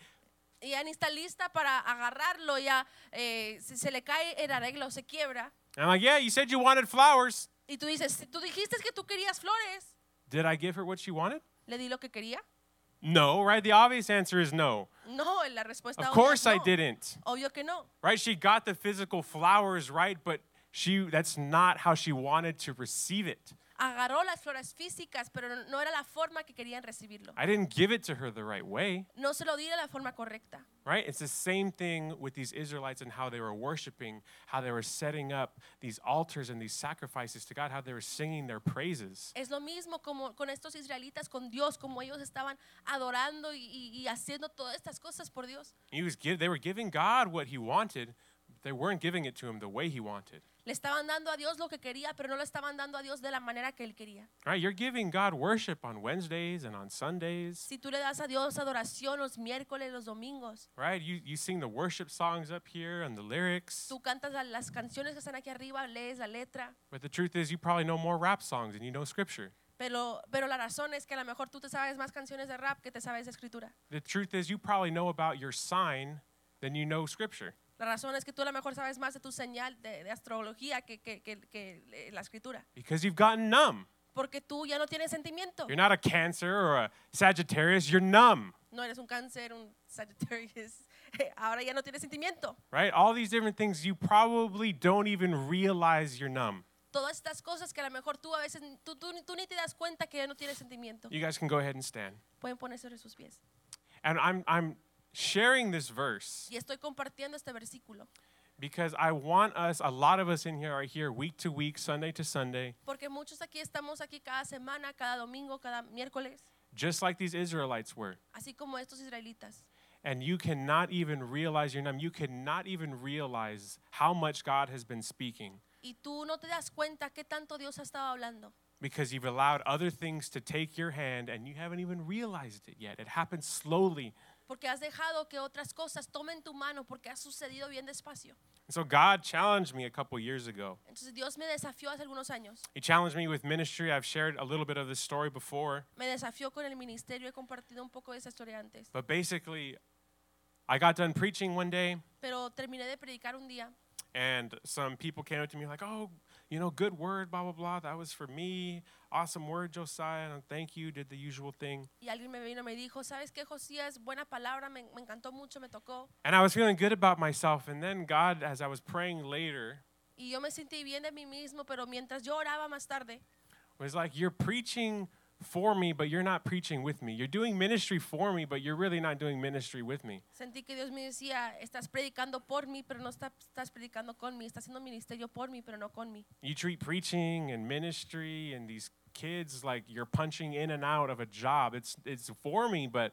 Speaker 2: Y ya ni está lista para agarrarlo, ya eh, se, se le cae el arreglo, se quiebra.
Speaker 1: And I'm like, yeah, you said you wanted flowers.
Speaker 2: Y tú dices, "Si tú dijiste que tú querías flores.
Speaker 1: Did I give her what she wanted?
Speaker 2: ¿Le di lo que quería?
Speaker 1: No, right? The obvious answer is no.
Speaker 2: No, la respuesta
Speaker 1: Of
Speaker 2: obvia
Speaker 1: course
Speaker 2: es
Speaker 1: I
Speaker 2: no.
Speaker 1: didn't.
Speaker 2: Obvio que no.
Speaker 1: Right? She got the physical flowers right, but she that's not how she wanted to receive it.
Speaker 2: Agarró las flores físicas, pero no era la forma que querían recibirlo.
Speaker 1: I didn't give it to her the right way,
Speaker 2: No se lo di de la forma correcta.
Speaker 1: right? It's the same thing with these Israelites and how they were worshiping, how they were setting up these altars and these sacrifices to God, how they were singing their praises.
Speaker 2: Es lo mismo como con estos israelitas, con Dios, como ellos estaban adorando y, y- y haciendo todas estas cosas por Dios.
Speaker 1: He was give, they were giving God what he wanted, but they weren't giving it to him the way he wanted.
Speaker 2: Le estaban dando a Dios lo que quería, pero no le estaban dando a Dios de la manera que él quería.
Speaker 1: Right? You're giving God worship on Wednesdays and on Sundays,
Speaker 2: Si tú le das a Dios adoración los miércoles, los domingos,
Speaker 1: right? You you sing the worship songs up here and the lyrics.
Speaker 2: tú cantas la- las canciones que están aquí arriba, lees la letra,
Speaker 1: But the truth is you probably know more rap songs than you know scripture.
Speaker 2: pero, pero la razón es que a lo mejor tú te sabes más canciones de rap que te sabes de escritura.
Speaker 1: The truth is you probably know about your sign than you know scripture.
Speaker 2: La razón es que tú a lo mejor sabes más de tu señal de, de astrología que, que- que- que, eh, la escritura,
Speaker 1: Because you've gotten numb.
Speaker 2: porque tú ya no tienes sentimiento.
Speaker 1: You're not a Cancer or a Sagittarius, you're numb,
Speaker 2: No eres un cáncer, un Sagittarius. [LAUGHS] Ahora ya no tienes sentimiento.
Speaker 1: right? All these different things you probably don't even realize you're numb.
Speaker 2: Todas estas cosas que a lo mejor tú a veces, tú, tú, tú ni te das cuenta que ya no tienes sentimiento.
Speaker 1: You guys can go ahead and stand.
Speaker 2: Pueden ponerse sobre sus pies.
Speaker 1: And I'm, I'm sharing this verse
Speaker 2: Y estoy compartiendo este versículo.
Speaker 1: because I want us, a lot of us in here are here week to week, Sunday to Sunday,
Speaker 2: Porque muchos aquí estamos aquí cada semana, cada domingo, cada miércoles,
Speaker 1: just like these Israelites were.
Speaker 2: así como estos israelitas.
Speaker 1: And you cannot even realize you're numb. You cannot even realize how much God has been speaking
Speaker 2: Y tú no te das cuenta qué tanto Dios ha estado hablando.
Speaker 1: because you've allowed other things to take your hand and you haven't even realized it yet. It happens slowly.
Speaker 2: Porque has dejado que otras cosas tomen tu mano porque ha sucedido bien despacio.
Speaker 1: And so God challenged me a couple years ago.
Speaker 2: Entonces Dios me desafió hace algunos años.
Speaker 1: He challenged me with ministry. I've shared a little bit of this story before,
Speaker 2: Me desafió con el ministerio. He compartido un poco de esa historia antes.
Speaker 1: but basically, I got done preaching one day
Speaker 2: Pero terminé de predicar un día
Speaker 1: and some people came up to me like, "Oh, you know, good word, blah blah blah. That was for me. Awesome word, Josiah. And thank you. Did the usual thing."
Speaker 2: y alguien me vino y me dijo, ¿sabes qué, Josías? Buena palabra, me, me encantó mucho, me tocó.
Speaker 1: And I was feeling good about myself. And then God, as I was praying later,
Speaker 2: Y yo me sentí bien de mí mismo, pero mientras yo oraba más tarde,
Speaker 1: was like, "You're preaching for me, but you're not preaching with me. You're doing ministry for me, but you're really not doing ministry with me."
Speaker 2: sentí que Dios me decía, estás predicando por mí, pero no está- estás predicando con mí, estás haciendo ministerio por mí, pero no con mí.
Speaker 1: You treat preaching and ministry and these kids like you're punching in and out of a job. It's it's for me, but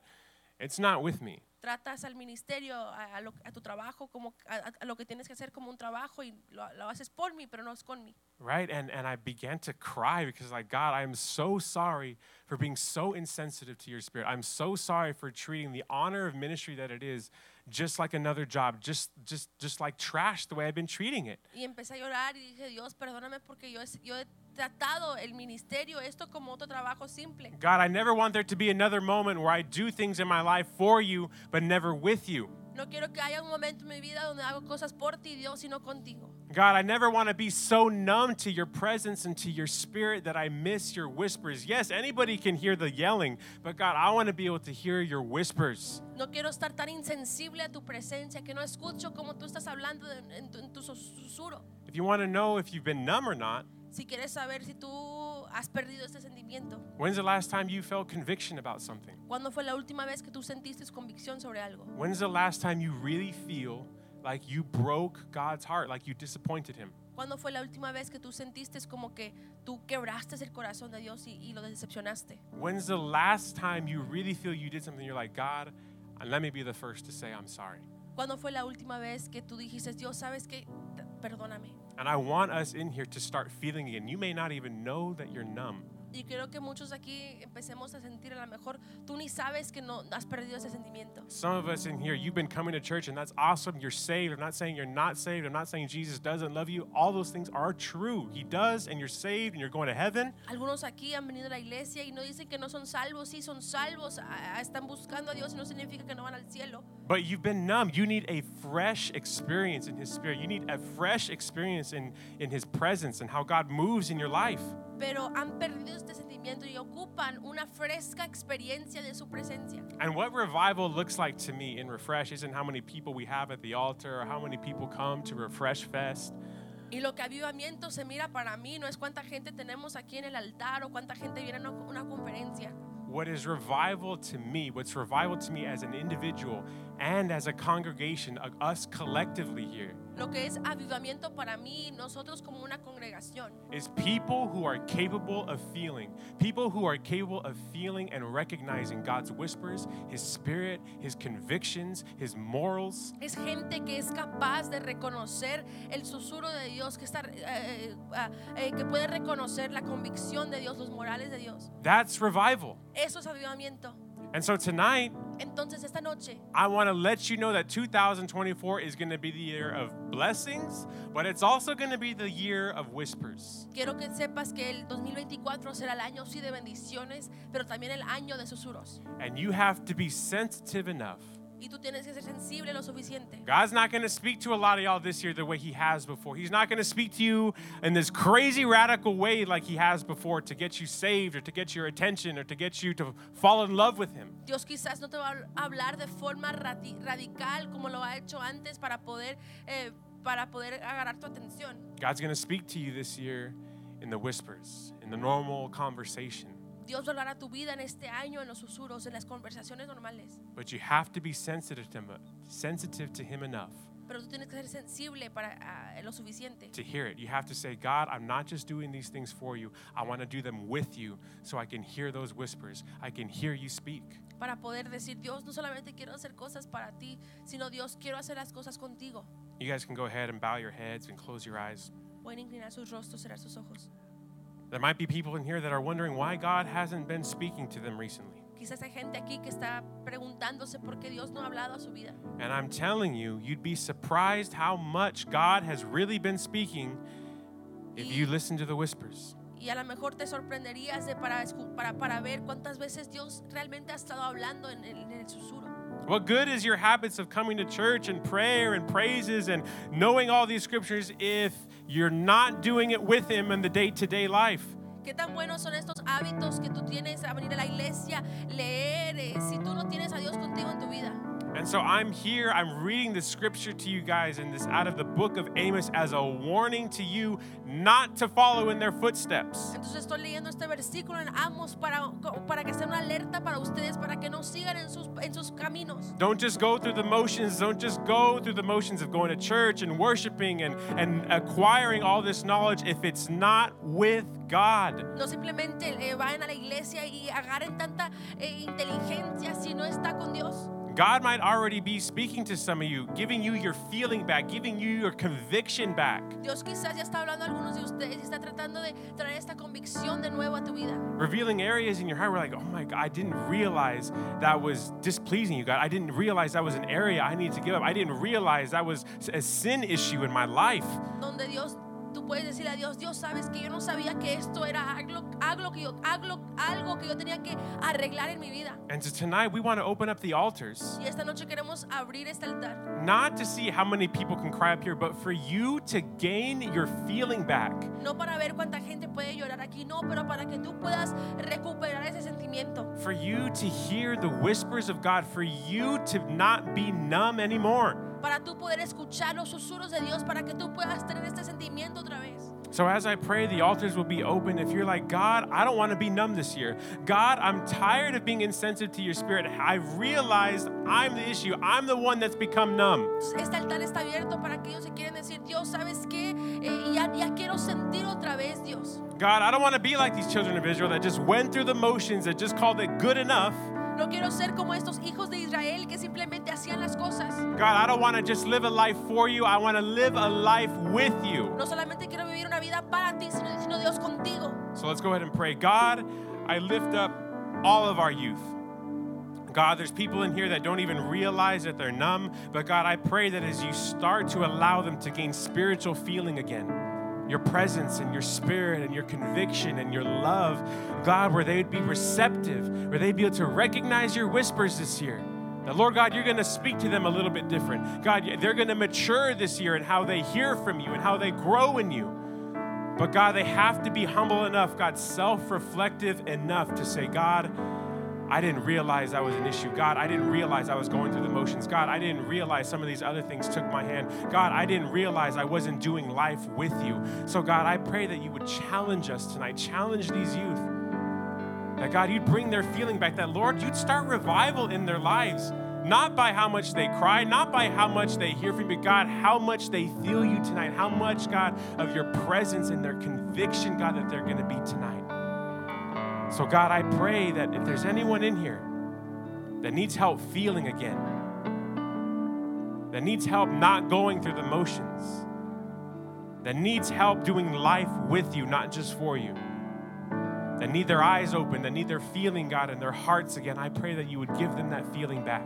Speaker 1: it's not with me.
Speaker 2: Tratas al ministerio, a, a lo- a tu trabajo, como a, a lo que tienes que hacer como un trabajo y lo, lo haces por mí, pero no es con mí.
Speaker 1: right and and i began to cry because like god i am so sorry for being so insensitive to your spirit i'm so sorry for treating the honor of ministry that it is just like another job just just just like trash the way i've been treating it
Speaker 2: Y empecé a llorar y dije, Dios, perdóname porque yo, he- yo he tratado el ministerio, esto como otro trabajo simple.
Speaker 1: god i never want there to be another moment where i do things in my life for you but never with you
Speaker 2: No quiero que haya un momento en mi vida donde hago cosas por ti, Dios, sino contigo.
Speaker 1: God, I never want to be so numb to your presence and to your spirit that I miss your whispers. Yes, anybody can hear the yelling, but God, I want to be able to hear your whispers.
Speaker 2: No quiero estar tan insensible a tu presencia que no escucho como tú estás hablando de- en, tu, en tu susurro.
Speaker 1: If you want to know if you've been numb or not,
Speaker 2: Si quieres saber si tú has perdido este sentimiento,
Speaker 1: When's the last time you felt conviction about something?
Speaker 2: ¿cuándo fue la última vez que tú sentiste convicción sobre algo?
Speaker 1: When's the last time you really feel like you broke God's heart, like you disappointed Him?
Speaker 2: ¿Cuándo fue la última vez que tú sentiste como que tú quebraste el corazón de Dios y, y lo decepcionaste?
Speaker 1: When's the last time you really feel you did something you're like, God, and let me be the first to say I'm sorry?
Speaker 2: ¿Cuándo fue la última vez que tú dijiste, Dios, sabes que perdóname?
Speaker 1: And I want us in here to start feeling again. You may not even know that you're numb.
Speaker 2: Y creo que muchos aquí empecemos a sentir a lo mejor tú ni sabes que no has perdido ese sentimiento.
Speaker 1: Some of us in here, you've been coming to church and that's awesome. You're saved. I'm not saying you're not saved. I'm not saying Jesus doesn't love you. All those things are true. He does, and you're saved, and you're going to heaven.
Speaker 2: Algunos aquí han venido a la iglesia y no dicen que no son salvos, sí son salvos, a- a- están buscando a Dios y no significa que no van al cielo.
Speaker 1: But you've been numb. You need a fresh experience in His Spirit. You need a fresh experience in, in His presence and how God moves in your life.
Speaker 2: Pero han perdido este sentimiento y ocupan una fresca experiencia de su presencia.
Speaker 1: And what revival looks like to me in Refresh isn't how many people we have at the altar or how many people come to Refresh Fest.
Speaker 2: Y lo que avivamiento se mira para mí no es cuánta gente tenemos aquí en el altar o cuánta gente viene a una, una conferencia.
Speaker 1: What is revival to me, what's revival to me as an individual and as a congregation, uh, us collectively here,
Speaker 2: Lo que es avivamiento para mí, nosotros como una congregación,
Speaker 1: is people who are capable of feeling, people who are capable of feeling and recognizing God's whispers, His spirit, His convictions, His morals.
Speaker 2: es gente que es capaz de reconocer el susurro de Dios, que, está, eh, eh, ah, eh, que puede reconocer la convicción de Dios, los morales de Dios.
Speaker 1: That's revival.
Speaker 2: Eso es avivamiento.
Speaker 1: And so tonight,
Speaker 2: Entonces esta noche
Speaker 1: I want to let you know that 2024 is going to be the year of blessings, but it's also going to be the year of whispers.
Speaker 2: quiero que sepas que el 2024 será el año sí de bendiciones, pero también el año de susurros.
Speaker 1: And you have to be sensitive enough.
Speaker 2: Y tú tienes que ser sensible lo suficiente.
Speaker 1: God's not going to speak to a lot of y'all this year the way He has before. He's not going to speak to you in this crazy radical way like He has before to get you saved or to get your attention or to get you to fall in love with Him.
Speaker 2: Dios quizás no te va a hablar de forma radi- radical como lo ha hecho antes para poder, eh, para poder agarrar tu atención.
Speaker 1: God's going to speak to you this year in the whispers, in the normal conversation.
Speaker 2: Dios va a hablar a tu vida en este año, en los susurros, en las conversaciones normales.
Speaker 1: But you have to be sensitive to Him, sensitive to him enough.
Speaker 2: Pero tú tienes que ser sensible para ah, lo suficiente.
Speaker 1: to hear it. You have to say, God, I'm not just doing these things for you. I want to do them with you so I can hear those whispers. I can hear you speak.
Speaker 2: Para poder decir, Dios, no solamente quiero hacer cosas para ti, sino Dios, quiero hacer las cosas contigo.
Speaker 1: You guys can go ahead and bow your heads and close your eyes.
Speaker 2: Pueden inclinar sus rostros, cerrar sus ojos.
Speaker 1: There might be people in here that are wondering why God hasn't been speaking to them recently.
Speaker 2: Quizás hay gente aquí que está preguntándose por qué Dios no ha hablado a su vida.
Speaker 1: And I'm telling you, you'd be surprised how much God has really been speaking if you listen to the whispers.
Speaker 2: Y a lo mejor te sorprenderías de para, escu- para, para ver cuántas veces Dios realmente ha estado hablando en el, en el susurro.
Speaker 1: What good is your habits of coming to church and prayer and praises and knowing all these scriptures if you're not doing it with Him in the day to day life?
Speaker 2: ¿Qué tan buenos son estos hábitos que tú tienes a venir a la iglesia, leer, eh, si tú no tienes a Dios contigo en tu vida?
Speaker 1: And so I'm here, I'm reading the scripture to you guys in this out of the book of Amos as a warning to you not to follow in their footsteps.
Speaker 2: Entonces estoy leyendo este versículo en Amos para, para que sea una alerta para ustedes, para que no sigan en sus, en sus caminos.
Speaker 1: Don't just go through the motions, don't just go through the motions of going to church and worshiping and, and acquiring all this knowledge if it's not with God.
Speaker 2: No simplemente eh, vayan a la iglesia y agarren tanta eh, inteligencia si no está con Dios.
Speaker 1: God might already be speaking to some of you, giving you your feeling back, giving you your conviction back,
Speaker 2: Dios quizás ya está hablando a algunos de ustedes y está tratando de traer esta convicción de nuevo a tu vida.
Speaker 1: revealing areas in your heart where like, oh my God, I didn't realize that was displeasing you, God. I didn't realize that was an area I need to give up. I didn't realize that was a sin issue in my life.
Speaker 2: donde Dios, tú puedes decirle a Dios, Dios, sabes que yo no sabía que esto era algo, algo, que, yo, algo, algo que yo tenía que arreglar en mi vida.
Speaker 1: And so tonight we want to open up the altars,
Speaker 2: Y esta noche queremos abrir este altar,
Speaker 1: not to see how many people can cry up here, but for you to gain your feeling back.
Speaker 2: no para ver cuánta gente puede llorar aquí, no, pero para que tú puedas recuperar ese sentimiento,
Speaker 1: For you to hear the whispers of God, for you to not be numb anymore.
Speaker 2: para tú poder escuchar los susurros de Dios, para que tú puedas tener este sentimiento otra vez.
Speaker 1: So as I pray, the altars will be open. If you're like, God, I don't want to be numb this year. God, I'm tired of being insensitive to your spirit. I realized I'm the issue. I'm the one that's become numb.
Speaker 2: Este altar está abierto para aquellos que quieren decir, Dios, ¿sabes qué? Eh, ya, ya quiero sentir otra vez, Dios.
Speaker 1: God, I don't want to be like these children of Israel that just went through the motions, that just called it good enough.
Speaker 2: No quiero ser como estos hijos de Israel que simplemente hacían las cosas.
Speaker 1: God, I don't want to just live a life for you. I want to live a life with you.
Speaker 2: No solamente quiero vivir una vida para ti, sino, sino Dios contigo.
Speaker 1: So let's go ahead and pray. God, I lift up all of our youth. God, there's people in here that don't even realize that they're numb, but God, I pray that as you start to allow them to gain spiritual feeling again, your presence and your spirit and your conviction and your love, God, where they'd be receptive, where they'd be able to recognize your whispers this year. Now, Lord God, you're going to speak to them a little bit different. God, they're going to mature this year in how they hear from you and how they grow in you. But God, they have to be humble enough, God, self reflective enough to say, God, I didn't realize that was an issue. God, I didn't realize I was going through the motions. God, I didn't realize some of these other things took my hand. God, I didn't realize I wasn't doing life with you. So, God, I pray that you would challenge us tonight, challenge these youth. That, God, you'd bring their feeling back. That, Lord, you'd start revival in their lives, not by how much they cry, not by how much they hear from you, but, God, how much they feel you tonight, how much, God, of your presence and their conviction, God, that they're going to be tonight. So, God, I pray that if there's anyone in here that needs help feeling again, that needs help not going through the motions, that needs help doing life with you, not just for you, that need their eyes open, that need their feeling, God, and their hearts again, I pray that you would give them that feeling back.